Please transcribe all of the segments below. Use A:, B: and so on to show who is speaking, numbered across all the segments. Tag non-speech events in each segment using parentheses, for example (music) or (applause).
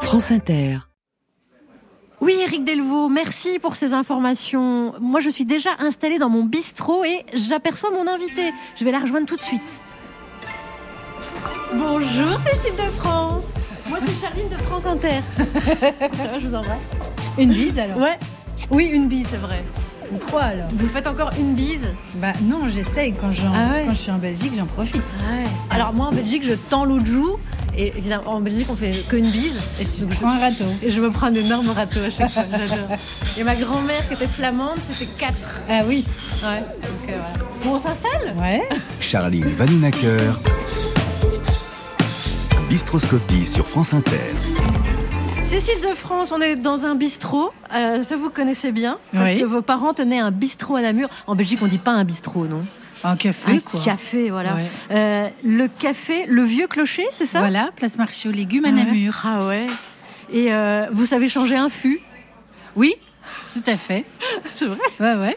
A: France Inter.
B: Oui, Eric Delvaux, merci pour ces informations. Moi, je suis déjà installée dans mon bistrot et j'aperçois mon invité. Je vais la rejoindre tout de suite. Bonjour Cécile de France. Moi, c'est Charline de France Inter. (laughs) Ça va, je vous embrasse.
C: Une bise alors
B: Ouais. Oui, une bise, c'est vrai.
C: Ou trois alors
B: Vous faites encore une bise
C: Bah non, j'essaye. Quand, j'en-
B: Ah ouais.
C: quand je suis en Belgique, j'en profite.
B: Alors moi en Belgique je tends l'autre joue et évidemment en Belgique on fait que une bise et tu-
C: Je prends un râteau.
B: et je me prends un énorme râteau à chaque fois, j'adore. Et ma grand-mère qui était flamande, c'était 4.
C: Ah oui
B: Ouais, donc euh, voilà. Bon, on s'installe
C: Ouais
D: Charline Vanunacker. Bistroscopie sur France Inter.
B: Cécile de France, on est dans un bistrot, Euh, ça vous connaissez bien, parce
C: Oui.
B: que vos parents tenaient un bistrot à Namur. En Belgique on dit pas un bistrot, non
C: Un café
B: Un
C: quoi.
B: café, voilà.
C: Ouais.
B: Euh, le café, le vieux clocher, c'est ça
C: Voilà, place marché aux légumes à
B: Ah ouais.
C: Namur.
B: Ah ouais. Et euh, vous savez changer
C: (laughs)
B: un fût,
C: Oui, tout à fait.
B: c'est vrai
C: Ouais, ouais.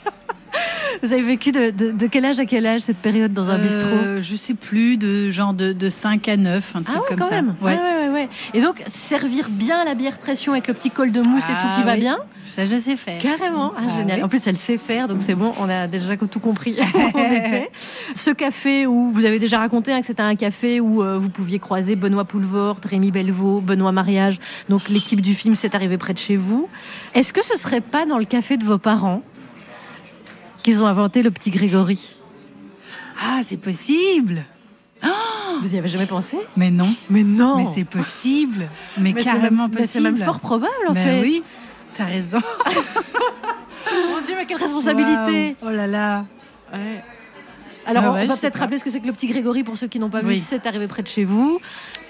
B: Vous avez vécu de, de- de quel âge à quel âge cette période dans un bistrot
C: Euh, je sais plus, de genre de, de 5 à 9, un truc comme ça. Ouais.
B: Ah ouais, ouais, ouais. Et donc, servir bien la bière pression avec le petit col de mousse et tout
C: Ah
B: qui va
C: oui.
B: bien
C: Ça, je sais faire.
B: Carrément, ah,
C: Ah
B: génial.
C: oui.
B: En plus, elle sait faire, donc c'est bon, on a déjà
C: (laughs)
B: tout compris. (laughs) où on était. Ce café où vous avez déjà raconté hein, que c'était un café où euh, vous pouviez croiser Benoît Poulvord, Rémi Belvaux, Benoît Mariage, donc l'équipe du film s'est arrivée près de chez vous. Est-ce que ce serait pas dans le café de vos parents qu'ils ont inventé le petit Grégory
C: Ah, c'est possible
B: Vous y avez jamais pensé
C: Mais non.
B: Mais non
C: Oh. Mais c'est possible. Mais,
B: Mais c'est
C: carrément
B: même- mais
C: possible.
B: C'est même fort probable en
C: Ben
B: fait.
C: oui, t'as raison.
B: Mon Dieu, mais quelle responsabilité
C: Waouh, Oh là là.
B: Alors,
C: Ah
B: on-
C: ouais,
B: on
C: je
B: va
C: sais
B: peut-être
C: pas.
B: rappeler ce que c'est que le petit Grégory pour ceux qui n'ont pas vu.
C: Oui.
B: C'est arrivé près de chez vous.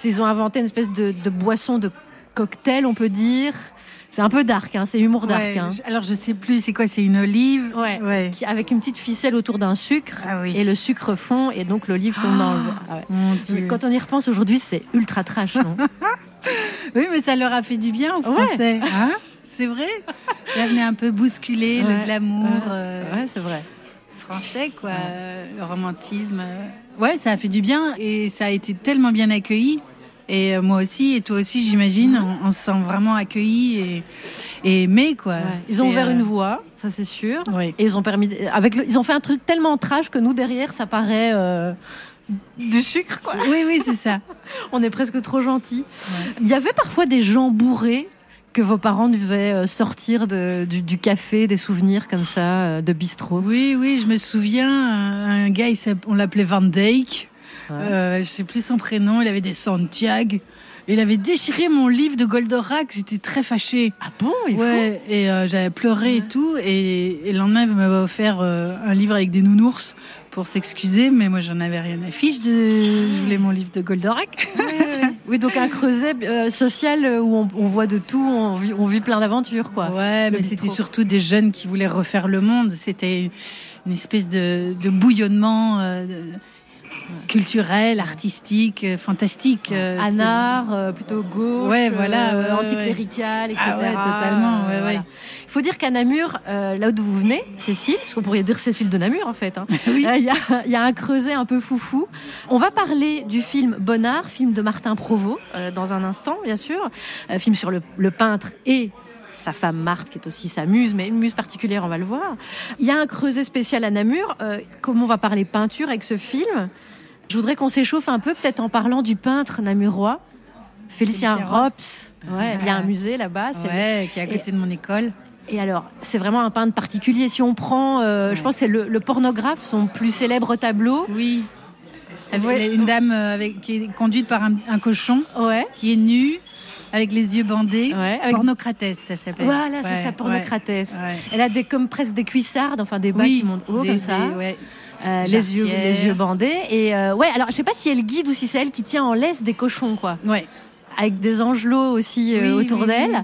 B: Ils ont inventé une espèce de, de boisson, de cocktail, on peut dire. C'est un peu dark, hein, c'est humour dark.
C: Ouais,
B: hein.
C: je- alors je sais plus, c'est quoi C'est une olive
B: Ouais. Qui- Avec une petite ficelle autour d'un sucre.
C: Ah oui.
B: Et le sucre fond, et donc l'olive tombe dans le verre. Ah ouais.
C: Mon
B: Mais
C: Dieu.
B: quand on y repense aujourd'hui, c'est ultra
C: (laughs)
B: trash, non
C: Oui, mais ça leur a fait du bien aux
B: Ouais. Ah.
C: Français. Hein c'est vrai. Ça venait un peu bousculer
B: Ouais.
C: le glamour
B: Ouais.
C: euh,
B: Ouais, c'est vrai.
C: français, quoi. euh, Le romantisme. euh. Ouais, ça a fait du bien et ça a été tellement bien accueilli. Et euh, moi aussi, et toi aussi, j'imagine, on, on se sent vraiment accueillis et, et aimés, quoi.
B: Ouais.
C: C'est,
B: Ils ont ouvert
C: euh,
B: une voie, ça c'est sûr.
C: Oui.
B: Et ils ont permis, avec le- ils ont fait un truc tellement trash que nous derrière, ça paraît euh, du sucre. Quoi.
C: Oui, oui, c'est ça.
B: On est presque trop gentils. Il y avait parfois des gens bourrés que vos parents devaient euh, sortir de- du, du café, des souvenirs comme ça, euh, de bistrot.
C: Oui, oui, je me souviens, euh, un un gars, il s'app- on l'appelait Van Dyke. Euh, je sais plus son prénom, il avait des Santiago. Il avait déchiré mon livre de Goldorak, j'étais très fâchée.
B: Ah bon, il
C: ouais, et euh, j'avais pleuré et tout. Et, et le lendemain, il m'avait offert euh, un livre avec des nounours pour s'excuser, mais moi, j'en avais rien à fiche de. Je voulais mon livre de Goldorak.
B: Oui, donc un creuset euh, social euh, où on, on voit de tout, on vit, on vit plein d'aventures, quoi.
C: Ouais,
B: Le
C: mais c'était
B: bistrot.
C: surtout des jeunes qui voulaient refaire le monde. C'était une espèce de, de bouillonnement euh, de- culturel, artistique, euh, fantastique. euh,
B: Anard, euh, plutôt gauche, euh,
C: Ouais, voilà, ouais, ouais,
B: anticlérical, etc.
C: Ah ouais, totalement, ouais,
B: Euh,
C: ouais.
B: Il faut dire qu'à Namur, euh, là d'où vous venez, Cécile, parce qu'on pourrait dire Cécile de Namur en fait, hein,
C: c'est- (laughs) Oui.
B: euh, il y, a, il y a un creuset un peu foufou. On va parler du film Bonnard, film de Martin Provost, euh, dans un instant, bien sûr. Euh, film sur le, le peintre et sa femme Marthe, qui est aussi sa muse, mais une muse particulière, on va le voir. Il y a un creuset spécial à Namur. Euh, comment on va parler peinture avec ce film Je voudrais qu'on s'échauffe un peu, peut-être en parlant du peintre namurois, Félicien,
C: Félicien
B: Rops. Ouais, il y a un
C: Ouais.
B: musée là-bas. c'est-
C: Ouais, qui est à côté de mon école.
B: et alors, c'est vraiment un peintre particulier. Si on prend, euh, je
C: Ouais.
B: pense, que c'est le, le pornographe, son plus célèbre tableau.
C: Oui. Avec
B: Ouais.
C: Une dame euh, avec, qui est conduite par un, un cochon
B: Ouais.
C: qui est nu, avec les yeux bandés.
B: Ouais, avec-
C: Pornocratès, ça s'appelle.
B: Voilà, c'est
C: Ouais,
B: ça, pornocratès.
C: ouais, ouais.
B: Elle a des, comme presque des cuissardes, enfin des bas
C: Oui,
B: qui montent haut
C: des-
B: comme ça,
C: des- ouais.
B: Euh, les yeux,
C: jarretières.
B: les yeux bandés. Et euh, ouais, alors je sais pas si elle guide ou si c'est elle qui tient en laisse des cochons, quoi,
C: Ouais.
B: avec des angelots aussi euh,
C: Oui,
B: autour
C: oui,
B: d'elle.
C: oui.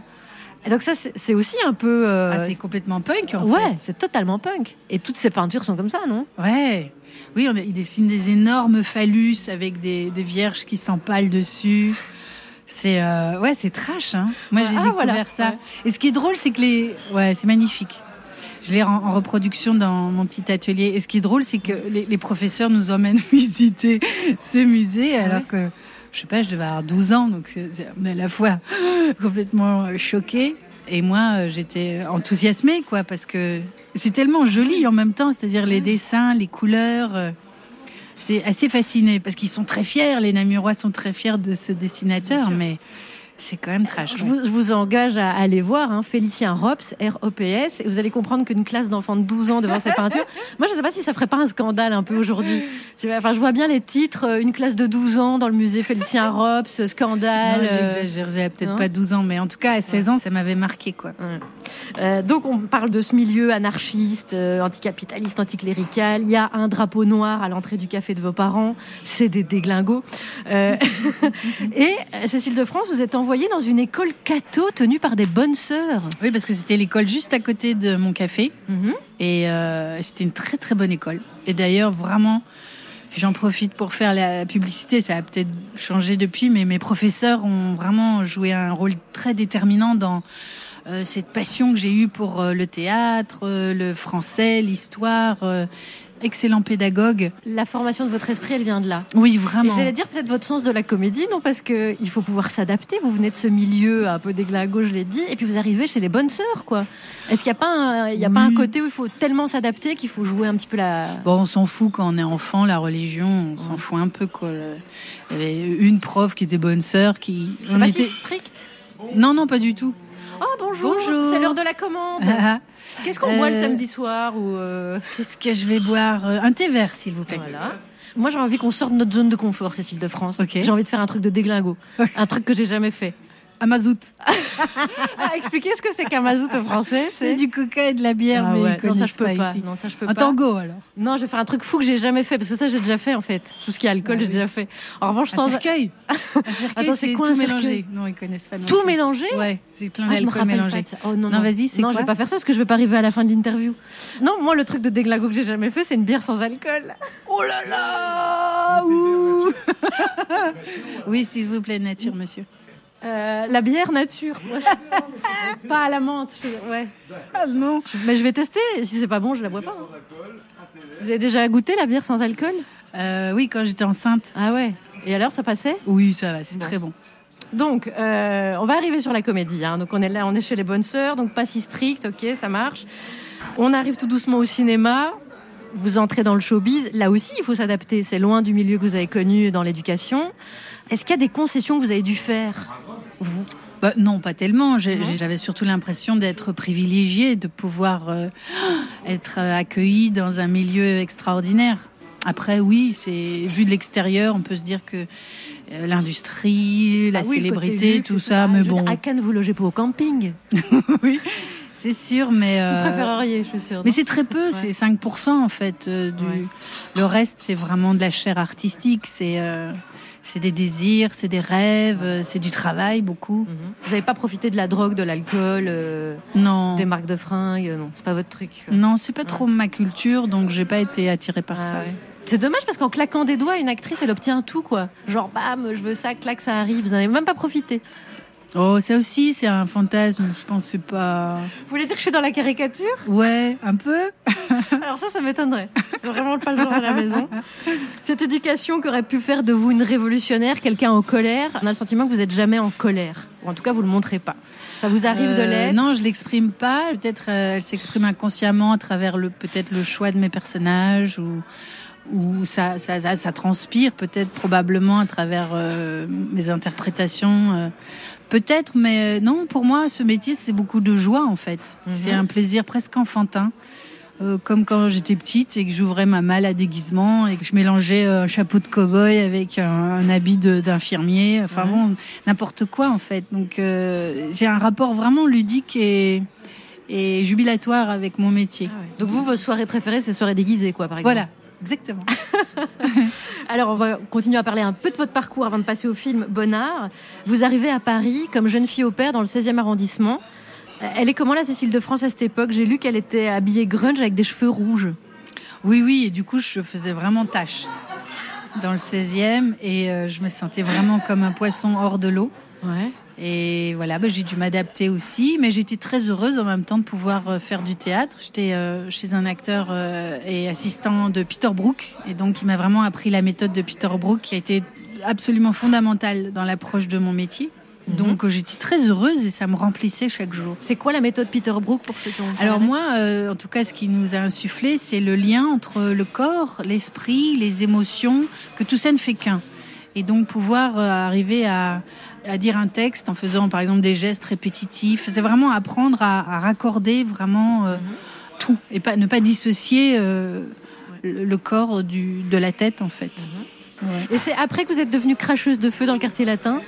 B: Et Donc ça, c'est c'est aussi un peu. euh,
C: Ah, c'est complètement punk, en fait.
B: ouais, c'est totalement punk. Et toutes ces peintures sont comme ça, non
C: Ouais. Oui, on a- il dessine des énormes phallus avec des, des vierges qui s'empalent dessus. C'est euh, ouais, c'est trash. Hein. Moi, j'ai
B: Ah,
C: découvert
B: voilà.
C: ça.
B: Ouais.
C: Et ce qui est drôle, c'est que les ouais, c'est magnifique. Je l'ai en, en reproduction dans mon petit atelier. (laughs)
B: Ah
C: Et ce qui est drôle, c'est que les, les professeurs nous emmènent visiter ce musée, alors que je sais pas, je devais avoir 12 ans, donc c'est- c'est- on est à la fois complètement euh, choquée. Et moi, euh, j'étais enthousiasmée, quoi, parce que c'est tellement joli en même temps, c'est-à-dire les dessins, les couleurs. euh, C'est assez fasciné, parce qu'ils sont très fiers, les Namurois sont très fiers de ce dessinateur, mais c'est quand même trash.
B: Je
C: ouais.
B: vous, je vous engage à aller voir hein, Félicien Rops, R-O-P-S, et vous allez comprendre qu'une classe d'enfants de 12 ans devant ces (laughs) peintures, moi je ne sais pas si ça ferait pas un scandale un peu aujourd'hui. Tu vois, Enfin, je vois bien les titres, euh, une classe de 12 ans dans le musée Félicien Rops,
C: Non,
B: scandale. euh,
C: j'exagère, j'avais peut-être
B: non
C: pas 12 ans, mais en tout cas, à 16 ans, ça m'avait marqué, quoi.
B: Ouais. Euh, donc on parle de ce milieu anarchiste, euh, anticapitaliste, anticlérical. Il y a un drapeau noir à l'entrée du café de vos parents. C'est des déglingos. Euh, (laughs) et euh, Cécile de France, vous êtes envoyée dans une école catho tenue par des bonnes sœurs.
C: Oui, parce que c'était l'école juste à côté de mon café.
B: Mhm.
C: Et euh, c'était une très très bonne école. Et d'ailleurs, vraiment, j'en profite pour faire la publicité. Ça a peut-être changé depuis, mais mes professeurs ont vraiment joué un rôle très déterminant dans euh, cette passion que j'ai eue pour euh, le théâtre, euh, le français, l'histoire. euh, excellent pédagogue.
B: La formation de votre esprit, elle vient de là.
C: Oui,
B: Et
C: vraiment.
B: j'allais dire peut-être votre sens de la comédie, non Parce que il faut pouvoir s'adapter. Vous venez de ce milieu un peu déglingo, je l'ai dit, et puis vous arrivez chez les bonnes sœurs, quoi. Est-ce qu'il n'y a, pas un, il y a pas
C: Oui.
B: un côté où il faut tellement s'adapter qu'il faut jouer un petit peu la,
C: Bon, on s'en fout quand on est enfant, la religion, on s'en fout un peu quoi. Le- Il y avait une prof qui était bonne sœur, qui.
B: C'est
C: on
B: pas
C: était-
B: si strict.
C: Non, non, pas du tout.
B: Oh bonjour,
C: Bonjour.
B: c'est l'heure de la commande. Qu'est-ce qu'on
C: Euh,
B: boit le samedi soir ou euh,
C: Qu'est-ce que je vais boire Euh, Un thé vert, s'il vous plaît.
B: voilà. Moi, j'ai envie qu'on sorte de notre zone de confort, Cécile de France.
C: Ok.
B: J'ai envie de faire un truc de déglingo, un truc que j'ai jamais fait.
C: Un mazout.
B: Ah, expliquez ce que c'est qu'un mazout au français.
C: C'est du coca et de la bière,
B: Ah
C: mais
B: ouais,
C: ils
B: non,
C: connaissent
B: ça je peux pas.
C: ici.
B: Non, ça je peux
C: Un
B: pas.
C: tango, alors.
B: Non, je vais faire un truc fou que j'ai jamais fait parce que ça j'ai déjà fait en fait. Tout ce qui est alcool,
C: Ah
B: j'ai
C: oui.
B: déjà fait. En revanche, sans
C: Un
B: (laughs)
C: cercueil. un cercueil,
B: Attends, c'est
C: c'est
B: quoi
C: tout
B: un cercueil
C: mélangé. Non, ils connaissent pas. non
B: tout
C: plus.
B: mélanger.
C: Ouais, c'est plein
B: Ah, je me
C: d'alcool
B: rappelle
C: mélangé.
B: pas de ça. Oh, non,
C: Non, vas-y, c'est
B: Non, je
C: quoi
B: vais pas faire ça parce que je vais pas arriver à la fin de l'interview. Non, moi, le truc de déglago que j'ai jamais fait, c'est une bière sans alcool. Oh là (laughs) là ouh.
C: Oui, s'il vous plaît, nature,
B: Ah,
C: monsieur.
B: Euh, La bière (laughs) nature. Moi, je- pas à la menthe. je- Ouais.
C: Ah non
B: Je- Mais je vais tester. Si c'est pas bon, je la bois pas. hein. Vous avez déjà goûté la bière sans alcool
C: Euh, Oui, quand j'étais enceinte.
B: Ah ouais. Et alors, ça passait
C: Oui, ça va, c'est très bon.
B: Donc, euh, on va arriver sur la comédie. hein. Donc, on est là, on est chez les bonnes sœurs, donc pas si strict, ok, ça marche. On arrive tout doucement au cinéma. Vous entrez dans le showbiz. Là aussi, il faut s'adapter. C'est loin du milieu que vous avez connu dans l'éducation. Est-ce qu'il y a des concessions que vous avez dû faire vous
C: Bah, non, pas tellement. J'ai- j'ai- J'avais surtout l'impression d'être privilégiée, de pouvoir euh, être euh, accueillie dans un milieu extraordinaire. Après, oui, c'est vu de l'extérieur, on peut se dire que euh, l'industrie, la
B: Ah oui, le côté
C: célébrité,
B: luxe,
C: tout
B: etc.
C: ça, mais
B: Je veux
C: bon, Euh,
B: dire, à Cannes, vous logez pas au camping.
C: c'est sûr, mais
B: Vous
C: euh,
B: préféreriez, je suis sûre.
C: mais
B: non
C: c'est très peu, c'est 5% en fait. euh, du...
B: Ouais.
C: Le reste, c'est vraiment de la chair artistique, c'est euh, c'est des désirs, c'est des rêves, euh, c'est du travail beaucoup.
B: Mhm. Vous n'avez pas profité de la drogue, de l'alcool, euh,
C: Non.
B: des marques de fringues. euh, Non, c'est pas votre truc. quoi.
C: Non, c'est pas trop ma culture, donc j'ai pas été attirée par
B: Ah
C: ça.
B: ouais. C'est dommage parce qu'en claquant des doigts, une actrice, elle obtient tout, quoi. Genre, bam, je veux ça, claque, ça arrive. Vous n'en avez même pas profité.
C: Oh, ça aussi, c'est un fantasme, je pensais pas.
B: Vous voulez dire que je suis dans la
C: (laughs)
B: caricature
C: Ouais, un peu.
B: Alors ça, ça m'étonnerait. C'est vraiment pas le genre à la maison. Cette éducation qu'aurait pu faire de vous une révolutionnaire, quelqu'un en colère, on a le sentiment que vous n'êtes jamais en colère. Ou en tout cas, vous le montrez pas. Ça vous arrive de
C: Euh,
B: l'être
C: Non, je l'exprime pas. Peut-être euh, elle s'exprime inconsciemment à travers le peut-être le choix de mes personnages ou ou ça ça, ça, ça transpire peut-être probablement à travers euh, mes interprétations. euh, Peut-être, mais euh, non, pour moi, ce métier, c'est beaucoup de joie, en fait.
B: Mm-hmm.
C: C'est un plaisir presque enfantin. Euh, comme quand j'étais petite et que j'ouvrais ma malle à déguisement et que je mélangeais euh, un chapeau de cow-boy avec un, un habit de- d'infirmier, enfin
B: Ouais.
C: bon, n'importe quoi en fait. Donc euh, j'ai un rapport vraiment ludique et, et jubilatoire avec mon métier.
B: Ah Donc vous, vos soirées préférées, c'est soirées déguisées, quoi, par exemple.
C: Voilà, exactement.
B: Alors, on va continuer à parler un peu de votre parcours avant de passer au film Bonnard. Vous arrivez à Paris comme jeune fille au père dans le 16e arrondissement. Euh, Elle est comment la Cécile de France à cette époque J'ai lu qu'elle était habillée grunge avec des cheveux rouges.
C: Oui, oui, et du coup, je faisais vraiment tâche dans le 16e et euh, je me sentais vraiment comme un poisson hors de l'eau.
B: Ouais.
C: Et voilà, bah, j'ai dû m'adapter aussi, mais j'étais très heureuse en même temps de pouvoir euh, faire du théâtre. J'étais euh, chez un acteur euh, et assistant de Peter Brook, et donc il m'a vraiment appris la méthode de Peter Brook, qui a été absolument fondamentale dans l'approche de mon métier. Donc euh, j'étais très heureuse et ça me remplissait chaque jour.
B: C'est quoi la méthode Peter Brook pour ceux qui ont
C: Alors moi, euh, en tout cas, ce qui nous a insufflé, c'est le lien entre le corps, l'esprit, les émotions, que tout ça ne fait qu'un. Et donc pouvoir euh, arriver à, à dire un texte en faisant par exemple des gestes répétitifs, c'est vraiment apprendre à, à raccorder vraiment euh, tout et pas, ne pas dissocier euh, le le corps du, de la tête en fait. Ouais.
B: Et c'est après que vous êtes devenue cracheuse de feu dans le quartier latin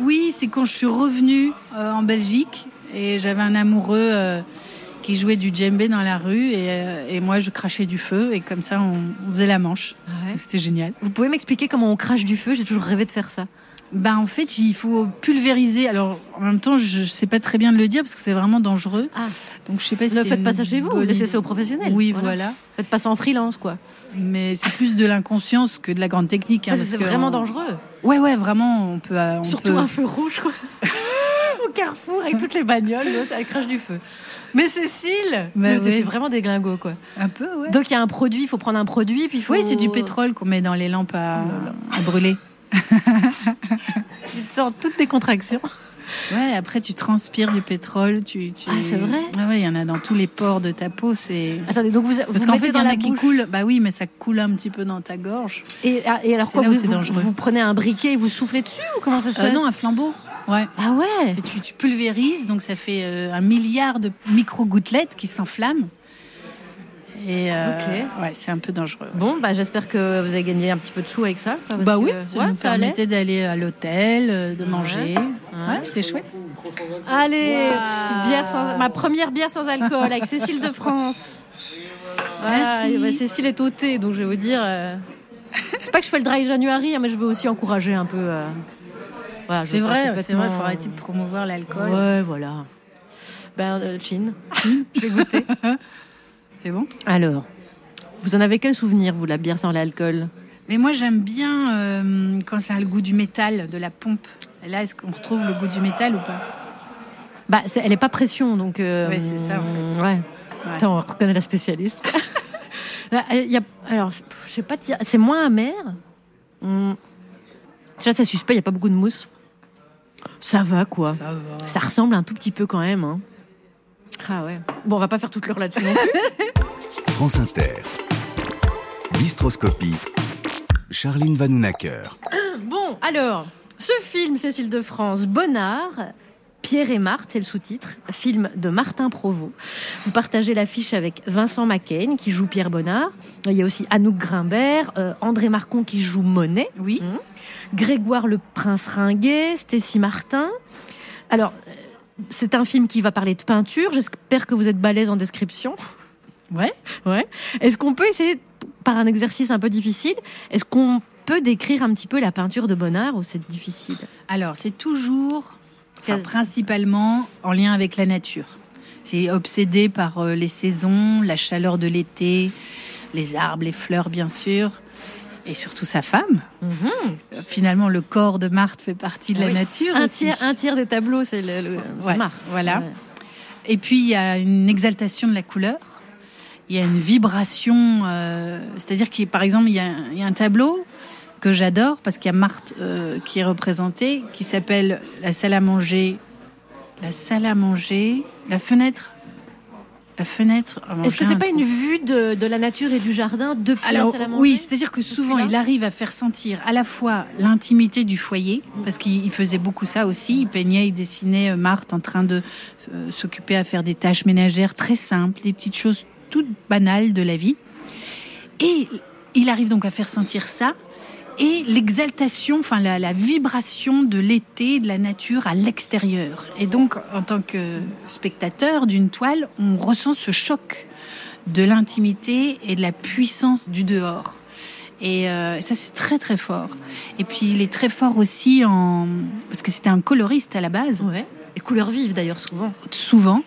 C: Oui, c'est quand je suis revenue euh, en Belgique et j'avais un amoureux euh, qui jouait du djembé dans la rue et, euh, et moi je crachais du feu et comme ça on, on faisait la manche. C'était génial.
B: Vous pouvez m'expliquer comment on crache du feu J'ai toujours rêvé de faire ça.
C: Ben en fait il faut pulvériser. Alors en même temps je, je sais pas très bien de le dire parce que c'est vraiment dangereux.
B: Ah,
C: Donc je sais pas si
B: ne
C: c'est
B: faites pas
C: une
B: ça chez vous,
C: bonne
B: laissez
C: idée.
B: ça aux professionnels.
C: Oui voilà.
B: Faites pas ça en freelance, quoi.
C: Mais c'est plus de l'inconscience que de la grande technique. hein,
B: Parce que
C: parce
B: c'est
C: que
B: vraiment
C: on-
B: dangereux.
C: Ouais, ouais, vraiment, on peut. euh, on
B: Surtout
C: peut-
B: un feu rouge, quoi. (laughs) Au carrefour, avec toutes les bagnoles, l'autre, elle crache du feu. Mais Cécile,
C: Bah
B: mais vous
C: oui.
B: étiez vraiment des glingos, quoi.
C: Un peu, ouais.
B: Donc il y a un produit, il faut prendre un produit, puis il faut. Oh
C: Oui, c'est du pétrole qu'on met dans les lampes à, à brûler.
B: Tu te sens toutes des contractions.
C: Ouais, après, tu transpires du pétrole. Tu, tu-
B: Ah, c'est vrai
C: Ah, ouais, il y en a dans tous les pores de ta peau. C'est.
B: Attendez, donc vous.
C: Parce
B: vous
C: qu'en
B: mettez
C: fait, il y
B: dans
C: en
B: la
C: a qui
B: bouche.
C: coulent. Bah oui, mais ça coule un petit peu dans ta gorge.
B: Et, ah, et alors
C: C'est
B: quoi
C: là
B: vous,
C: où c'est
B: vous-
C: dangereux.
B: vous prenez un briquet et vous soufflez dessus ou comment ça se
C: Euh,
B: passe
C: non, un flambeau. Ouais.
B: Ah ouais
C: Et tu, tu pulvérises, donc ça fait euh, un milliard de micro-gouttelettes qui s'enflamment. Et euh,
B: Ok.
C: ouais, c'est un peu dangereux. ouais.
B: Bon, bah, j'espère que vous avez gagné un petit peu de sous avec ça. quoi, parce
C: bah
B: que-
C: oui,
B: ouais,
C: ça nous
B: ça allait.
C: permettait d'aller à l'hôtel, euh, de manger.
B: Ouais.
C: Ouais, c'était chouette.
B: Allez,
C: Wow.
B: petite bière sans- ma première bière sans alcool avec Cécile de France. Voilà,
C: Merci.
B: et bah, Cécile est au thé, donc je vais vous dire. euh, C'est pas que je fais le dry January, hein, mais je veux aussi encourager un peu. euh, voilà, je
C: C'est
B: veux pas
C: vrai, c'est
B: complètement- euh,
C: vrai, il faut arrêter de promouvoir l'alcool.
B: Ouais, voilà. Ben, euh, chin.
C: C'est bon.
B: Alors, vous en avez quel souvenir, vous, de la bière sans l'alcool
C: Mais moi, j'aime bien euh, quand ça a le goût du métal, de la pompe. Et là, est-ce qu'on retrouve le goût du métal ou pas
B: Bah, c'est- elle est pas pression, donc. euh,
C: Ouais, c'est ça, en fait.
B: Ouais.
C: Ouais.
B: Attends, on reconnaît la spécialiste. (laughs) Là, elle- il y a- alors, c'est- je sais pas te dire, c'est moins amer. Hum. Déjà, c'est suspect, il n'y a pas beaucoup de mousse. Ça va, quoi. Ça,
C: va.
B: ressemble un tout petit peu quand même. hein. Ah ouais. Bon, on va pas faire toute l'heure
C: (laughs)
B: là-dessus. non plus.
D: France Inter. Bistroscopie. Charline Vanounaker.
B: bon, alors, ce film, Cécile de France, Bonnard. Pierre et Marthe, c'est le sous-titre, film de Martin Provost. Vous partagez l'affiche avec Vincent Macaigne qui joue Pierre Bonnard. Il y a aussi Anouk Grimbert, euh, André Marcon qui joue Monet. Hein.
C: Oui.
B: Grégoire le Prince Ringuet, Stacy Martin. Alors, euh, c'est un film qui va parler de peinture. J'espère que vous êtes balèze en description.
C: Ouais.
B: Ouais. Est-ce qu'on peut essayer, par un exercice un peu difficile, est-ce qu'on peut décrire un petit peu la peinture de Bonnard ou c'est difficile
C: Alors, c'est toujours, enfin,
B: Quasi.
C: principalement, en lien avec la nature. C'est obsédé par euh, les saisons, la chaleur de l'été, les arbres, les fleurs, bien sûr, et surtout sa femme. Euh, Finalement, le corps de Marthe fait partie de la
B: Mhm. Ah Oui.
C: nature.
B: un
C: aussi.
B: tiers, un tiers des tableaux, c'est le, le- c'est
C: Ouais,
B: Marthe.
C: voilà.
B: Ouais.
C: Et puis, il y a une exaltation de la couleur. Il y a une vibration. euh, C'est-à-dire qu'il par exemple, il y, a, il y a un tableau que j'adore parce qu'il y a Marthe euh, qui est représentée, qui s'appelle la salle à manger. La salle à manger. La fenêtre. La fenêtre. à manger,
B: Est-ce que c'est
C: un
B: pas
C: trou.
B: une vue de, de la nature et du jardin depuis la
C: alors
B: salle à manger
C: oui, c'est-à-dire que souvent
B: celui-là
C: il arrive à faire sentir à la fois l'intimité du foyer, parce qu'il il faisait beaucoup ça aussi, il peignait, il dessinait euh, Marthe en train de euh, s'occuper à faire des tâches ménagères très simples, des petites choses toutes banales de la vie. Et il arrive donc à faire sentir ça et l'exaltation, enfin la, la vibration de l'été, de la nature à l'extérieur. Et donc, en tant que spectateur d'une toile, on ressent ce choc de l'intimité et de la puissance du dehors. Et euh, ça, c'est très très fort. Et puis, il est très fort aussi en... Parce que c'était un coloriste à la base
B: Ouais. Et couleurs vives d'ailleurs souvent.
C: souvent.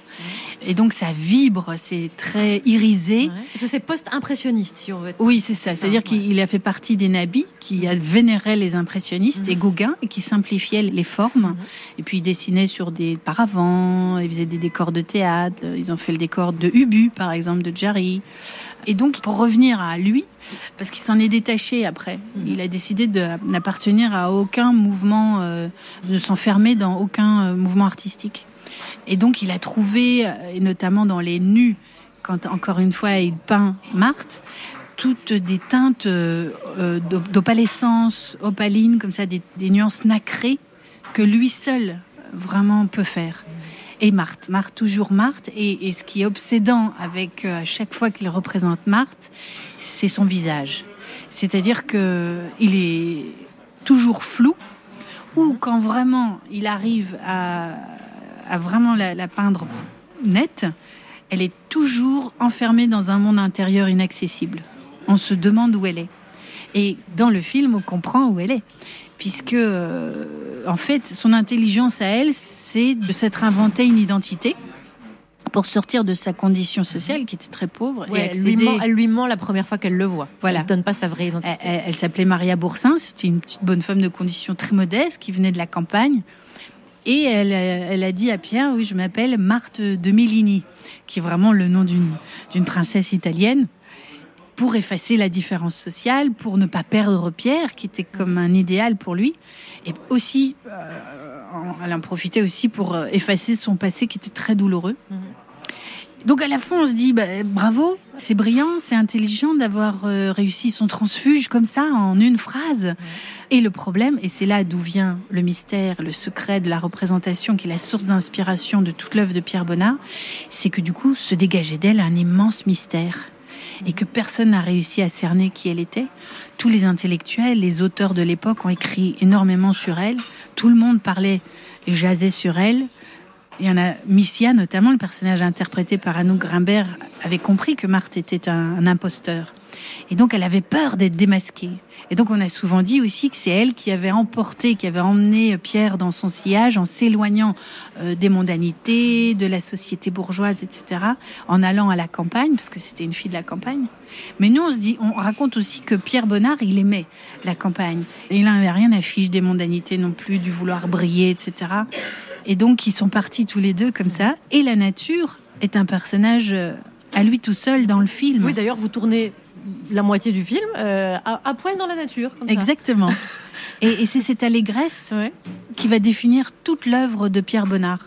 C: Et donc ça vibre, c'est très irisé.
B: Ouais. Parce que c'est post-impressionniste si on veut. être-
C: Oui, c'est ça.
B: C'est ça,
C: C'est-à-dire
B: ouais.
C: qu'il a fait partie des nabis qui vénéraient les impressionnistes et Gauguin et qui simplifiaient les formes. Et puis il dessinait sur des paravents, il faisait des décors de théâtre. Ils ont fait le décor de Ubu, par exemple, de Jarry. Et donc, pour revenir à lui, parce qu'il s'en est détaché après, il a décidé de n'appartenir à aucun mouvement, euh, de s'enfermer dans aucun euh, mouvement artistique. Et donc, il a trouvé, euh, et notamment dans les nus, quand encore une fois il peint Marthe, toutes des teintes euh, euh, d'op- d'opalescence, opaline, comme ça, des, des nuances nacrées que lui seul euh, vraiment peut faire. Et Marthe, Marthe, toujours Marthe. Et, et ce qui est obsédant avec euh, à chaque fois qu'il représente Marthe, c'est son visage. C'est-à-dire que il est toujours flou, ou quand vraiment il arrive à, à vraiment la, la peindre nette, elle est toujours enfermée dans un monde intérieur inaccessible. On se demande où elle est. Et dans le film, on comprend où elle est. Puisque, euh, en fait, son intelligence à elle, c'est de s'être inventée une identité pour sortir de sa condition sociale, qui était très pauvre,
B: Ouais,
C: et
B: elle, lui
C: accéder...
B: ment, elle lui ment la première fois qu'elle le voit.
C: Voilà.
B: Elle donne pas sa vraie identité.
C: Elle, elle- elle s'appelait Maria Boursin, c'était une petite bonne femme de condition très modeste qui venait de la campagne. Et elle, euh, elle a dit à Pierre, oui, je m'appelle Marthe de Mellini, qui est vraiment le nom d'une d'une princesse italienne, pour effacer la différence sociale, pour ne pas perdre Pierre, qui était comme un idéal pour lui, et aussi, euh, en- elle en profitait aussi pour euh, effacer son passé qui était très douloureux. Donc à la fois, on se dit bah, bravo, c'est brillant, c'est intelligent d'avoir euh, réussi son transfuge comme ça en une phrase. Et le problème, et c'est là d'où vient le mystère, le secret de la représentation qui est la source d'inspiration de toute l'œuvre de Pierre Bonnard, c'est que du coup se dégageait d'elle un immense mystère et que personne n'a réussi à cerner qui elle était. Tous les intellectuels, les auteurs de l'époque ont écrit énormément sur elle. Tout le monde parlait et jasait sur elle. Il y en a Missia, notamment le personnage interprété par Anouk Grimbert, avait compris que Marthe était un, un imposteur. Et donc elle avait peur d'être démasquée. Et donc on a souvent dit aussi que c'est elle qui avait emporté, qui avait emmené Pierre dans son sillage en s'éloignant euh, des mondanités, de la société bourgeoise, etc., en allant à la campagne, parce que c'était une fille de la campagne. Mais nous, on se dit, on raconte aussi que Pierre Bonnard, il aimait la campagne. Et il n'avait rien à fiche des mondanités non plus, du vouloir briller, etc. Et donc, ils sont partis tous les deux comme ça. Et la nature est un personnage euh, à lui tout seul dans le film.
B: Oui, d'ailleurs, vous tournez la moitié du film euh, à, à poil dans la nature. Comme ça. (laughs)
C: Exactement. et et c'est cette allégresse
B: Ouais.
C: qui va définir toute l'œuvre de Pierre Bonnard.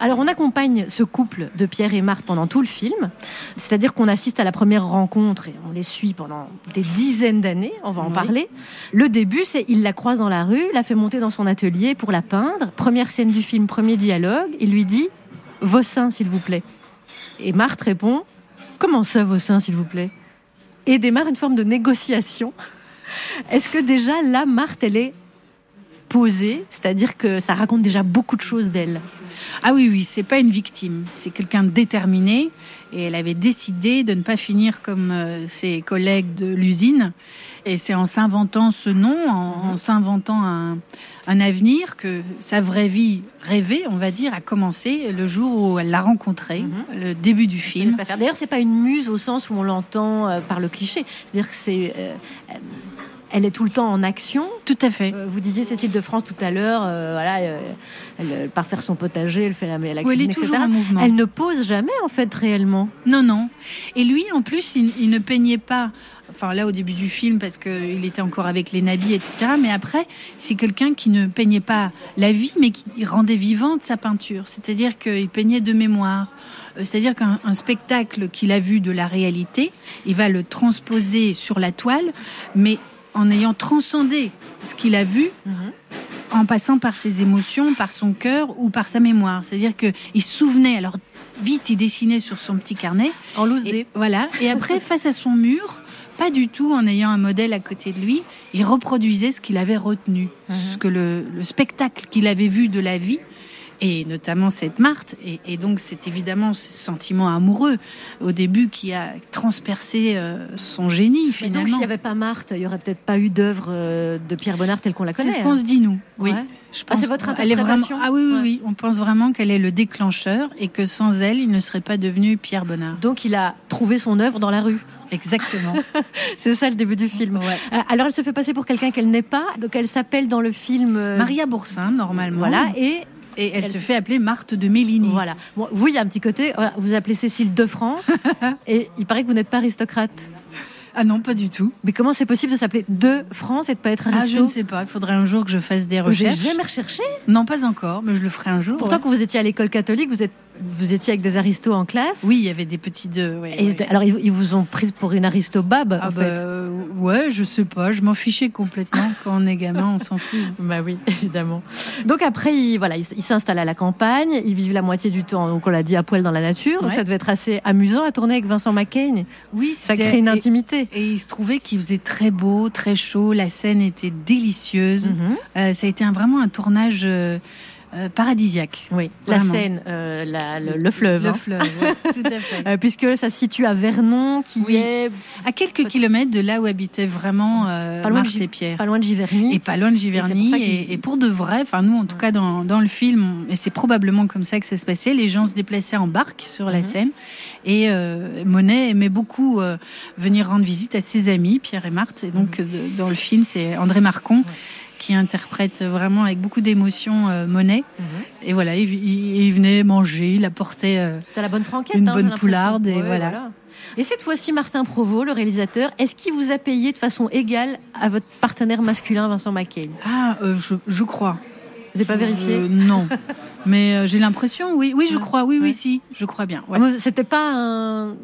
B: Alors on accompagne ce couple de Pierre et Marthe pendant tout le film, c'est-à-dire qu'on assiste à la première rencontre et on les suit pendant des dizaines d'années, on va en
C: Oui.
B: parler. Le début, c'est il la croise dans la rue, la fait monter dans son atelier pour la peindre. Première scène du film, premier dialogue, il lui dit « Vos seins, s'il vous plaît ». Et Marthe répond « Comment ça, vos seins, s'il vous plaît ?» Et démarre une forme de négociation. Est-ce que déjà là, Marthe, elle est posée, c'est-à-dire que ça raconte déjà beaucoup de choses d'elle
C: Ah oui, oui, c'est pas une victime, c'est quelqu'un de déterminé. Et elle avait décidé de ne pas finir comme euh, ses collègues de l'usine. Et c'est en s'inventant ce nom, en, en s'inventant un, un avenir, que sa vraie vie rêvée, on va dire, a commencé le jour où elle l'a rencontré, le début du
B: Je laisse
C: film.
B: pas faire. D'ailleurs, c'est pas une muse au sens où on l'entend euh, par le cliché. C'est-à-dire que c'est, euh, euh, elle est tout le temps en action.
C: Tout à fait.
B: Euh, vous disiez Cécile de France tout à l'heure, euh, voilà, euh, elle, elle part faire son potager, elle fait la, la cuisine,
C: Oui, elle est
B: etc.
C: toujours en mouvement.
B: Elle ne pose jamais en fait réellement.
C: Non, non. Et lui, en plus, il, il ne peignait pas. Enfin, là, au début du film, parce qu'il était encore avec les nabis, etc. Mais après, c'est quelqu'un qui ne peignait pas la vie, mais qui rendait vivante sa peinture. C'est-à-dire qu'il peignait de mémoire. Euh, C'est-à-dire qu'un un spectacle qu'il a vu de la réalité, il va le transposer sur la toile, mais en ayant transcendé ce qu'il a vu, en passant par ses émotions, par son cœur ou par sa mémoire. C'est-à-dire qu'il se souvenait, alors vite il dessinait sur son petit carnet,
B: En loose
C: et, voilà. Et
B: (laughs)
C: après, face à son mur, pas du tout en ayant un modèle à côté de lui, il reproduisait ce qu'il avait retenu,
B: Uh-huh.
C: ce que le, le spectacle qu'il avait vu de la vie, et notamment cette Marthe. Et, et donc, c'est évidemment ce sentiment amoureux au début qui a transpercé euh, son génie
B: Mais
C: finalement.
B: donc, s'il n'y avait pas Marthe, il n'y aurait peut-être pas eu d'œuvre euh, de Pierre Bonnard telle qu'on la
C: C'est
B: connaît. hein.
C: ce qu'on se dit nous. Oui.
B: Ouais.
C: Je
B: Ah, c'est
C: pense
B: votre
C: qu'elle est vraiment-
B: interprétation
C: Ah oui, oui,
B: Ouais.
C: oui. On pense vraiment qu'elle est le déclencheur et que sans elle, il ne serait pas devenu Pierre Bonnard.
B: Donc, il a trouvé son œuvre dans la rue.
C: (laughs)
B: (laughs)
C: Exactement.
B: C'est ça le début du film.
C: Ouais.
B: Euh, Alors, elle se fait passer pour quelqu'un qu'elle n'est pas. Donc, elle s'appelle dans le film euh,
C: Maria Boursin, normalement.
B: Voilà, et
C: Et elle, se fait appeler Marthe de Méligny.
B: Voilà. Bon, vous, il y a un petit côté, voilà, vous appelez Cécile de France, (laughs) et il paraît que vous n'êtes pas aristocrate.
C: Ah non, pas du tout.
B: Mais comment c'est possible de s'appeler de France et de pas être
C: Ah, je
B: aristo
C: ne sais pas. Il faudrait un jour que je fasse des
B: J'ai
C: recherches.
B: jamais recherché.
C: Non, pas encore, mais je le ferai un jour.
B: Pourtant,
C: ouais.
B: quand vous étiez à l'école catholique, vous, êtes, vous étiez avec des aristos en classe.
C: Oui, il y avait des petits deux. ouais,
B: Et ils-
C: ouais.
B: Alors, ils, ils vous ont prise pour une aristobabe,
C: Ah
B: en
C: bah,
B: fait.
C: euh, ouais, je sais pas. Je m'en fichais
B: (laughs)
C: complètement. Quand on est gamin, on s'en fout.
B: Bah oui, (laughs) évidemment. Donc après, ils, voilà, ils s- ils s'installent à la campagne, ils vivent la moitié du temps, donc on l'a dit, à poil dans la nature. Donc
C: Ouais.
B: ça devait être assez amusant à tourner avec Vincent McCain.
C: Oui,
B: Ça
C: c'était-
B: crée une
C: et-
B: intimité.
C: Et il se trouvait qu'il faisait très beau, très chaud. La scène était délicieuse.
B: Mhm.
C: Euh, ça a été un- vraiment un tournage euh, euh, paradisiaque.
B: Oui, la
C: Vraiment.
B: Seine, euh, la- le, le fleuve.
C: Le
B: hein.
C: fleuve, ouais, tout
B: (laughs)
C: à fait.
B: Euh, puisque ça se situe à Vernon, qui
C: Oui.
B: est
C: À quelques kilomètres de là où habitait vraiment euh,
B: Pas loin de
C: Marthe
B: Gi-
C: et Pierre.
B: pas loin de Giverny.
C: Et pas loin de
B: Mmh. Et c'est pour
C: Giverny.
B: ça
C: Et,
B: qu'il- Mmh.
C: et pour de vrai, enfin nous en tout cas dans, dans le film, on- et c'est probablement comme ça que ça se passait, les gens se déplaçaient en barque sur la
B: Mhm.
C: Seine. Et euh, Monet aimait beaucoup euh, venir rendre visite à ses amis, Pierre et Marthe. Et donc
B: Mmh.
C: euh, de- dans le film, c'est André Marcon qui interprète vraiment avec beaucoup d'émotion euh, Monet.
B: Mhm.
C: Et voilà, il, il- il venait manger, il apportait... euh,
B: C'était à la bonne franquette.
C: Une
B: hein,
C: bonne
B: j'ai l'impression.
C: poularde et
B: Ouais,
C: voilà.
B: Et cette fois-ci, Martin Provost, le réalisateur, est-ce qu'il vous a payé de façon égale à votre partenaire masculin, Vincent McCain
C: Ah, euh, je, je crois.
B: Vous n'avez pas vérifié
C: Euh,
B: (laughs)
C: Non. Mais euh, j'ai l'impression, oui, oui, je
B: Ouais.
C: crois, oui,
B: Ouais.
C: oui, si, je crois bien. ouais.
B: Ah, mais C'était pas un-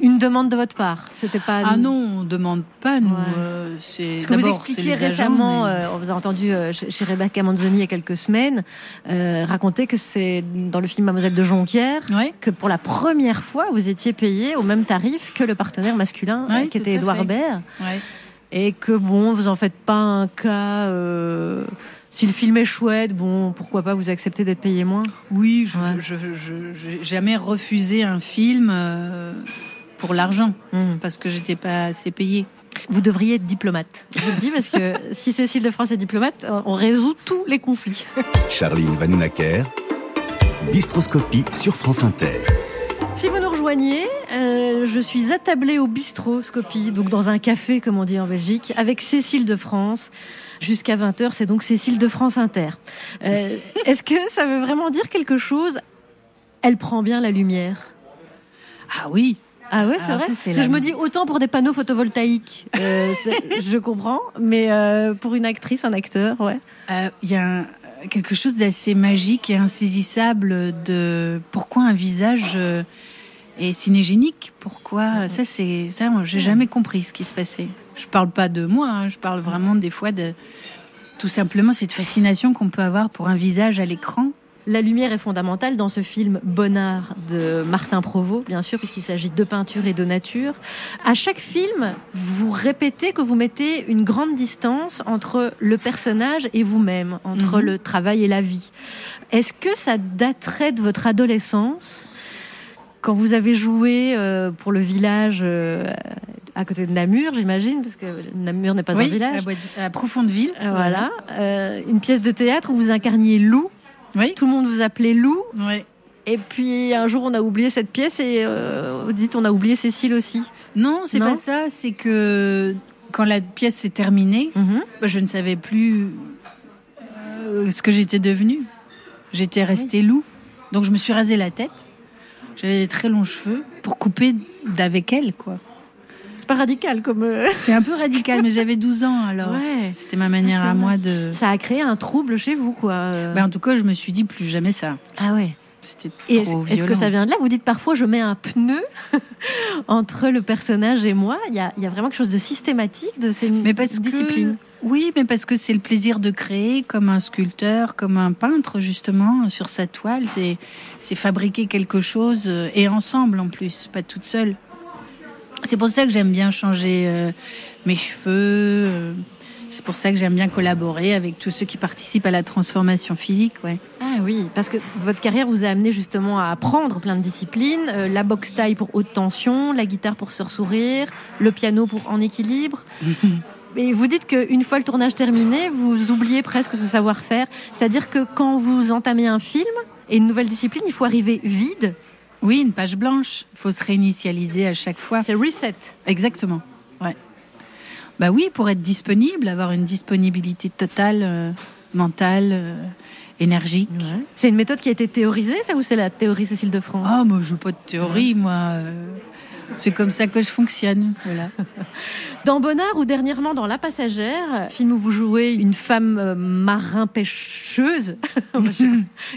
B: une demande de votre part. C'était pas.
C: Ah non, on demande pas, nous.
B: Ouais.
C: euh, c'est
B: Ce que vous
C: d'abord, c'est
B: expliquiez
C: les agents,
B: récemment,
C: mais-
B: euh, on vous a entendu euh, chez chez Rebecca Manzoni il y a quelques semaines, euh, raconter que c'est dans le film Mademoiselle de Jonquière
C: Ouais.
B: que pour la première fois vous étiez payé au même tarif que le partenaire masculin
C: Ouais,
B: euh, qui
C: tout
B: était
C: à
B: Edouard
C: fait.
B: Baird
C: ouais.
B: et que bon, vous en faites pas un cas. euh, si le film est chouette, bon, pourquoi pas vous accepter d'être payé moins
C: Oui, je
B: Ouais.
C: je- je- j'ai jamais refusé un film euh, pour l'argent, parce que j'étais pas assez payée.
B: Vous devriez être diplomate. Je vous le dis
C: (laughs)
B: parce que si Cécile de France est diplomate, on on résout tous les conflits.
D: Charline Vanounaker, Bistroscopie sur France Inter.
B: Si vous nous rejoignez, euh, je suis attablée au bistrot Scopie, donc dans un café comme on dit en Belgique, avec Cécile de France. Jusqu'à 20h, c'est donc Cécile de France Inter. Euh, Est-ce que ça veut vraiment dire quelque chose Elle prend bien la lumière.
C: Ah oui,
B: Ah ouais, c'est
C: Alors
B: vrai.
C: ça, c'est
B: Parce que
C: la-
B: je me dis autant pour des panneaux photovoltaïques, (laughs) euh, c'est- je comprends, mais euh, pour une actrice, un acteur, ouais.
C: Euh, il y a un- quelque chose d'assez magique et insaisissable de pourquoi un visage euh, est cinégénique. Pourquoi euh, ça c'est ça moi, j'ai jamais compris ce qui se passait. Je parle pas de moi, hein, je parle vraiment des fois de tout simplement cette fascination qu'on peut avoir pour un visage à l'écran.
B: La lumière est fondamentale dans ce film Bonnard de Martin Provost, bien sûr, puisqu'il s'agit de peinture et de nature. À chaque film, vous répétez que vous mettez une grande distance entre le personnage et vous-même, entre
C: Mhm.
B: le travail et la vie. Est-ce que ça daterait de votre adolescence quand vous avez joué euh, pour le village euh, à côté de Namur, j'imagine, parce que Namur n'est pas un
C: oui,
B: village.
C: à, Bois- à Profonde-Ville.
B: Euh, Voilà, euh, une pièce de théâtre où vous incarniez Lou.
C: Oui.
B: Tout le monde vous appelait Lou.
C: Ouais.
B: Et puis un jour, on a oublié cette pièce et euh, vous dites on a oublié Cécile aussi.
C: Non, c'est
B: Non
C: pas ça. C'est que quand la pièce s'est terminée, Bah, Je ne savais plus euh, ce que j'étais devenue. J'étais restée loup. Donc je me suis rasé la tête. J'avais des très longs cheveux pour couper d'avec elle, quoi.
B: C'est pas radical comme. euh,
C: C'est un peu radical, mais j'avais 12 ans alors.
B: Ouais.
C: C'était ma manière
B: Ah, c'est
C: à moi de.
B: Ça a créé un trouble chez vous, quoi. euh.
C: Bah, en tout cas, je me suis dit plus jamais ça.
B: ah ouais.
C: C'était
B: Et est-ce
C: trop
B: est-ce que
C: violent.
B: ça vient de là Vous dites parfois je mets un pneu (laughs) entre le personnage et moi. Il y a, il y a vraiment quelque chose de systématique de ces
C: Mais parce que-
B: disciplines.
C: Oui, mais parce que c'est le plaisir de créer, comme un sculpteur, comme un peintre, justement, sur sa toile. C'est c'est fabriquer quelque chose, euh, et ensemble en plus, pas toute seule. C'est pour ça que j'aime bien changer euh, mes cheveux. euh, c'est pour ça que j'aime bien collaborer avec tous ceux qui participent à la transformation physique. Ouais.
B: Ah oui, parce que votre carrière vous a amené justement à apprendre plein de disciplines. Euh, la boxe taille pour haute tension, la guitare pour sur sourire, le piano pour en équilibre. Et vous dites qu'une fois le tournage terminé, vous oubliez presque ce savoir-faire. C'est-à-dire que quand vous entamez un film et une nouvelle discipline, il faut arriver vide.
C: Oui, une page blanche. Il faut se réinitialiser à chaque fois.
B: C'est reset.
C: Exactement. Ouais. Bah oui, pour être disponible, avoir une disponibilité totale, euh, mentale, euh, énergique.
B: C'est une méthode qui a été théorisée, ça, ou c'est la théorie Cécile de France
C: Ah, moi, je veux pas de théorie, moi. euh, C'est comme ça que je fonctionne. Voilà.
B: Dans Bonnard ou dernièrement dans La Passagère, film où vous jouez une femme euh, marin pêcheuse, (laughs)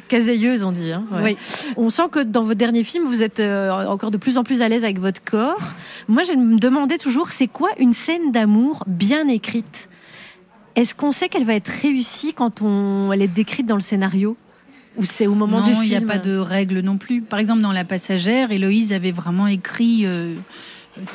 B: caseilleuse on dit. hein, ouais.
C: Oui.
B: On sent que dans votre dernier film, vous êtes euh, encore de plus en plus à l'aise avec votre corps. Moi, je me demandais toujours, c'est quoi une scène d'amour bien écrite Est-ce qu'on sait qu'elle va être réussie quand on, elle est décrite dans le scénario Ou c'est au moment du
C: non,
B: film
C: il n'y a pas de euh, règle non plus. Par exemple, dans La Passagère, Héloïse avait vraiment écrit euh,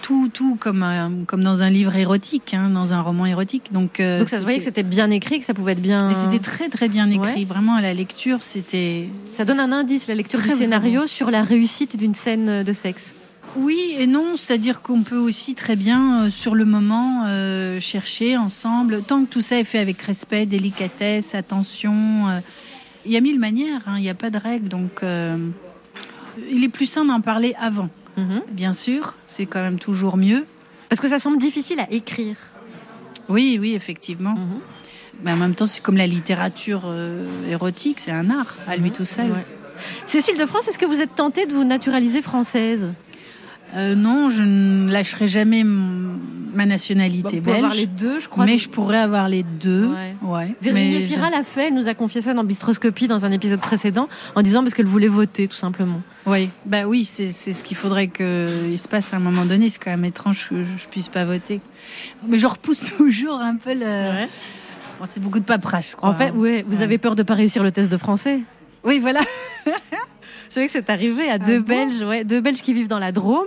C: tout, tout comme, un- comme dans un livre érotique, hein, dans un roman érotique. Donc, euh,
B: Donc ça se voyait que
C: c'était-
B: c'était bien écrit, que ça pouvait être bien...
C: et c'était très très bien écrit,
B: Ouais.
C: vraiment à la lecture, c'était
B: Ça donne un indice, la lecture du
C: très
B: scénario, sur la réussite d'une scène de sexe.
C: Oui et non, c'est-à-dire qu'on peut aussi très bien, euh, sur le moment, euh, chercher ensemble, tant que tout ça est fait avec respect, délicatesse, attention. euh, Il y a mille manières, hein, il n'y a pas de règle, donc euh, il est plus sain d'en parler avant.
B: Mhm.
C: Bien sûr, c'est quand même toujours mieux.
B: Parce que ça semble difficile à écrire.
C: Oui, oui, effectivement.
B: Mhm.
C: Mais en même temps, c'est comme la littérature euh, érotique, c'est un art à lui tout seul.
B: Mhm. Ouais. Cécile de France, est-ce que vous êtes tentée de vous naturaliser française
C: Euh, non, je ne lâcherai jamais m- ma nationalité
B: Pour Bah, avoir
C: belge.
B: les deux, je crois.
C: mais je pourrais avoir les deux.
B: Ouais.
C: Ouais.
B: Virginie
C: mais
B: Fira l'a fait, elle nous a confié ça dans Bistroscopie dans un épisode précédent en disant parce qu'elle voulait voter tout simplement.
C: je- ouais. Bah oui, c'est c'est ce qu'il faudrait qu'il se passe à un moment donné. C'est quand même étrange que je, je puisse pas voter. Mais je repousse (laughs) toujours un peu le. Bon, c'est beaucoup de paperasse, je crois.
B: En fait, ouais, vous
C: Ouais.
B: avez peur de pas réussir le test de français
C: Oui, voilà.
B: C'est vrai que c'est arrivé à deux
C: bon
B: Belges, ouais, deux Belges qui vivent dans la Drôme,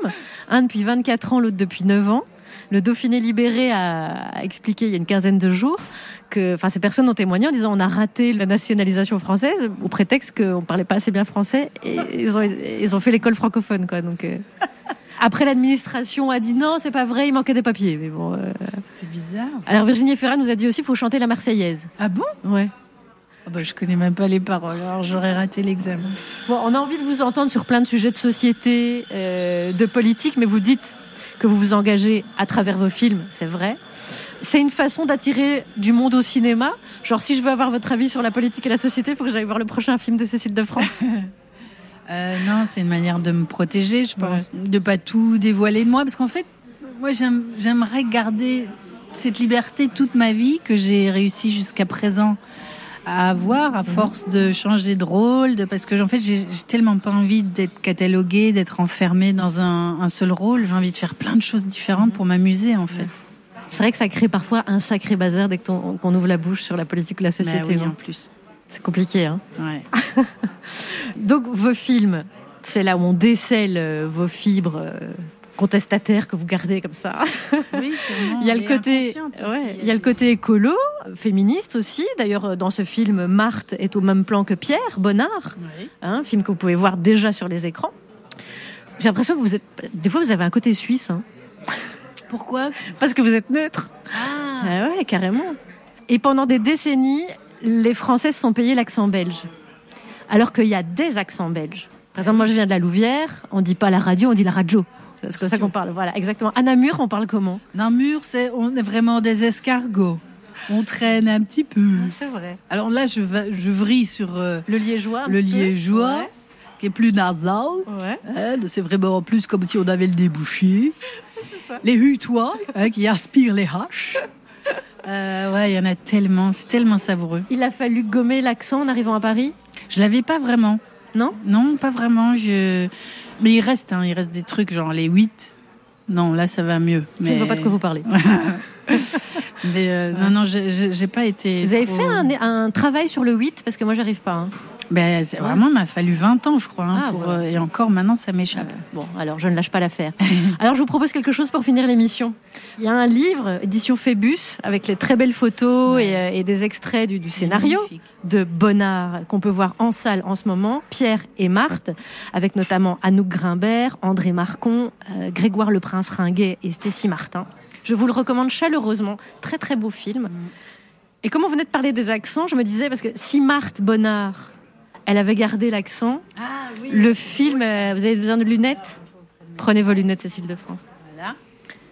B: un depuis 24 ans, l'autre depuis 9 ans. Le Dauphiné libéré a a expliqué il y a une quinzaine de jours que, enfin, ces personnes ont témoigné en disant on a raté la nationalisation française au prétexte qu'on parlait pas assez bien français et ils ont, ils ont fait l'école francophone, quoi. Donc euh. après l'administration a dit non, c'est pas vrai, il manquait des papiers. Mais bon. euh.
C: C'est bizarre.
B: Alors Virginie Ferrat nous a dit aussi faut chanter la Marseillaise.
C: Ah bon
B: Ouais.
C: Ah bah, Je connais même pas les paroles, alors j'aurais raté l'examen.
B: Bon, on a envie de vous entendre sur plein de sujets de société, euh, de politique, mais vous dites que vous vous engagez à travers vos films, c'est vrai. C'est une façon d'attirer du monde au cinéma. Genre, si je veux avoir votre avis sur la politique et la société, il faut que j'aille voir le prochain film de Cécile de France.
C: Euh, non, c'est une manière de me protéger, je pense, de pas tout dévoiler de moi, parce qu'en fait, moi, j'aime- j'aimerais garder cette liberté toute ma vie que j'ai réussi jusqu'à présent à avoir, à
B: Mhm.
C: force de changer de rôle, de, parce que en fait, j'ai j'ai tellement pas envie d'être cataloguée, d'être enfermée dans un, un seul rôle. J'ai envie de faire plein de choses différentes pour m'amuser, en fait.
B: (laughs) c'est vrai que ça crée parfois un sacré bazar dès que ton- qu'on ouvre la bouche sur la politique ou la
C: Bah
B: société.
C: oui, en
B: non
C: plus.
B: C'est compliqué, hein.
C: Ouais.
B: Donc vos films, c'est là où on décèle euh, vos fibres euh, contestataires que vous gardez comme ça.
C: Oui, sûrement,
B: (laughs) Il y a le
C: et
B: côté,
C: inconsciente aussi,
B: ouais,
C: il
B: il y a le
C: des-
B: côté écolo, féministe aussi. D'ailleurs, euh, dans ce film, Marthe est au même plan que Pierre Bonnard,
C: Ouais.
B: hein, film que vous pouvez voir déjà sur les écrans. J'ai l'impression que vous êtes, des fois, vous avez un côté suisse, hein,
C: Pourquoi
B: parce que vous êtes neutre.
C: Ah.
B: Ah ouais, carrément. Et pendant des décennies, les Français se sont payés l'accent belge, alors qu'il y a des accents belges. Par exemple, moi, je viens de la Louvière. On dit pas la radio, on dit la radio. C'est comme ça qu'on parle. Voilà, exactement. À Namur, on parle comment
C: Namur, c'est on est vraiment des escargots. On traîne un petit peu.
B: C'est vrai.
C: Alors là, je, va- je vrille sur euh,
B: Le liégeois. un
C: le
B: petit peu.
C: liégeois,
B: Ouais.
C: qui est plus nasal.
B: Ouais.
C: Hein, c'est vraiment plus comme si on avait le débouché. Les hutois, hein, qui aspirent les haches. Euh, ouais, il y en a tellement, c'est tellement savoureux.
B: Il a fallu gommer l'accent en arrivant à Paris
C: Je l'avais pas vraiment.
B: Non
C: Non, pas vraiment. Je... Mais il reste, hein, il reste des trucs genre les huit. Non, là, ça va mieux.
B: Je
C: mais-
B: ne vois pas de quoi vous parlez.
C: Mais euh, non, non, j'ai- j'ai j'ai pas été.
B: Vous avez
C: trop-
B: fait un, un travail sur le 8 parce que moi j'arrive pas. hein.
C: Ben, c'est vraiment, il m'a fallu 20 ans, je crois. hein,
B: Ah,
C: pour,
B: ouais.
C: euh, et encore, maintenant, ça m'échappe.
B: Bon, alors je ne lâche
C: (laughs)
B: pas l'affaire. Alors je vous propose quelque chose pour finir l'émission. Il y a un livre, édition Phébus, avec les très belles photos et, euh, et des extraits du, du scénario
C: Magnifique.
B: de Bonnard qu'on peut voir en salle en ce moment, Pierre et Marthe, avec notamment Anouk Grimbert, André Marcon, euh, Grégoire le Prince Ringuet et Stécie Martin. Je vous le recommande chaleureusement. Très très beau film. Et comme on venait de parler des accents, je me disais, parce que si Marthe Bonnard, elle avait gardé l'accent,
C: Ah oui.
B: le film, euh, vous avez besoin de lunettes Prenez vos lunettes, Cécile de France.
C: Voilà.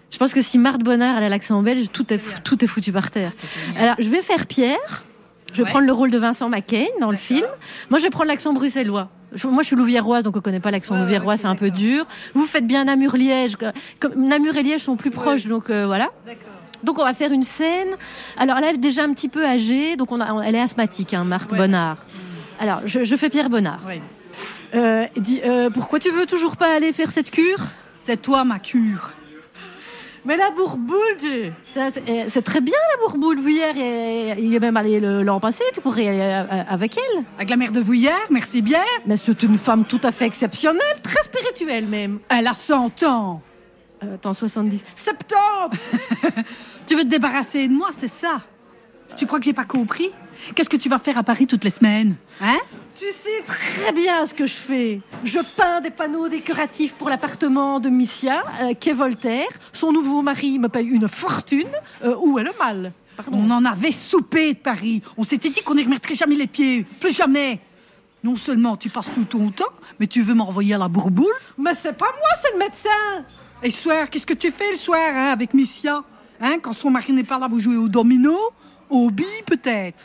B: Je pense que Mmh. si Marthe Bonnard elle a l'accent belge, tout est, fou- tout est foutu par terre. Alors, je vais faire Pierre. Je vais
C: Ouais.
B: prendre le rôle de Vincent McCain dans le
C: D'accord.
B: film. Moi, je vais prendre l'accent bruxellois. Je- moi, je suis louvieroise, donc on connaît pas l'accent
C: Ouais, ouais,
B: louvierois,
C: ok,
B: c'est un peu
C: d'accord.
B: dur. Vous faites bien Namur-Liège. Comme Namur et Liège sont plus proches, donc euh, voilà.
C: D'accord.
B: Donc on va faire une scène. Alors là, elle est déjà un petit peu âgée, donc on a- on- elle est asthmatique, hein, Marthe
C: Ouais.
B: Bonnard. Alors, je, je fais Pierre Bonnard.
C: Ouais.
B: Euh, il dit euh, pourquoi tu veux toujours pas aller faire cette cure
C: C'est toi ma cure.
B: Mais la bourboule, tu- ça, c'est euh, c'est très bien la bourboule. Vous, Hier, et- il est même allé le- l'an passé. Tu pourrais aller euh, avec elle.
C: Avec la mère de Vouillère, merci bien.
B: Mais c'est une femme tout à fait exceptionnelle, très spirituelle même.
C: Elle a 100 ans.
B: Euh, attends, 70.
C: Septembre (laughs) Tu veux te débarrasser de moi, c'est ça Tu crois que j'ai pas compris Qu'est-ce que tu vas faire à Paris toutes les semaines Hein
B: Tu sais très bien ce que je fais. Je peins des panneaux décoratifs pour l'appartement de Missia, euh, qu'est Voltaire. Son nouveau mari me paye une fortune. Euh, où est le mal
C: On en avait soupé de Paris. On s'était dit qu'on n'y remettrait jamais les pieds. Plus jamais. Non seulement tu passes tout ton temps, mais tu veux m'envoyer à la bourboule
B: Mais c'est pas moi, c'est le médecin.
C: Et le soir, qu'est-ce que tu fais le soir hein, avec Missia hein, Quand son mari n'est pas là, vous jouez au domino Au billes peut-être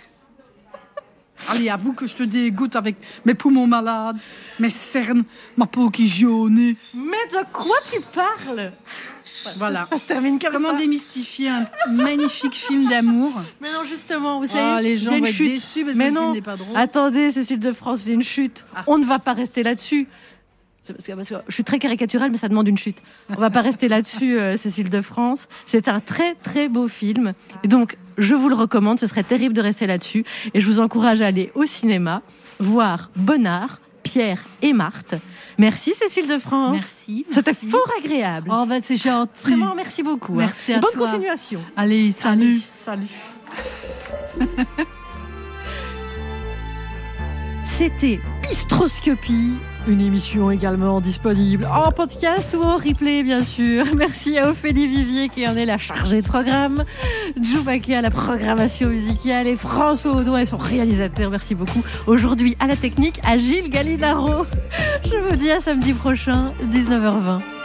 C: Allez, avoue que je te dégoûte avec mes poumons malades, mes cernes, ma peau qui jaune.
B: Mais de quoi tu parles
C: Voilà.
B: Ça se termine comme
C: Comment
B: ça.
C: démystifier un magnifique film d'amour
B: Mais non, justement, vous
C: Ah,
B: savez,
C: les
B: il y
C: gens
B: a une
C: vont être
B: chute.
C: déçus parce que
B: Mais
C: le film
B: non,
C: n'est pas drôle.
B: attendez, Cécile de France, j'ai une chute.
C: Ah.
B: On ne va pas rester là-dessus. C'est Parce que, parce que je suis très caricaturale, mais ça demande une chute. On va pas rester là-dessus, euh, Cécile de France. C'est un très très beau film.
C: Ah.
B: Et donc, je vous le recommande. Ce serait terrible de rester là-dessus. Et je vous encourage à aller au cinéma voir Bonnard, Pierre et Marthe. Merci, Cécile de France.
C: Merci,
B: C'était
C: merci.
B: fort agréable.
C: Oh, ben c'est gentil.
B: Vraiment, merci beaucoup. hein.
C: Merci à
B: Bonne
C: toi.
B: continuation.
C: Allez, salut.
B: Allez, salut. C'était Bistroscopie, une émission également disponible en podcast ou en replay, bien sûr. (laughs) Merci à Ophélie Vivier qui en est la chargée de programme, Djoubaki à la programmation musicale et François Audouin et son réalisateur. Merci beaucoup. Aujourd'hui à la technique, à Gilles Gallinaro. Je vous dis à samedi prochain, 19h20.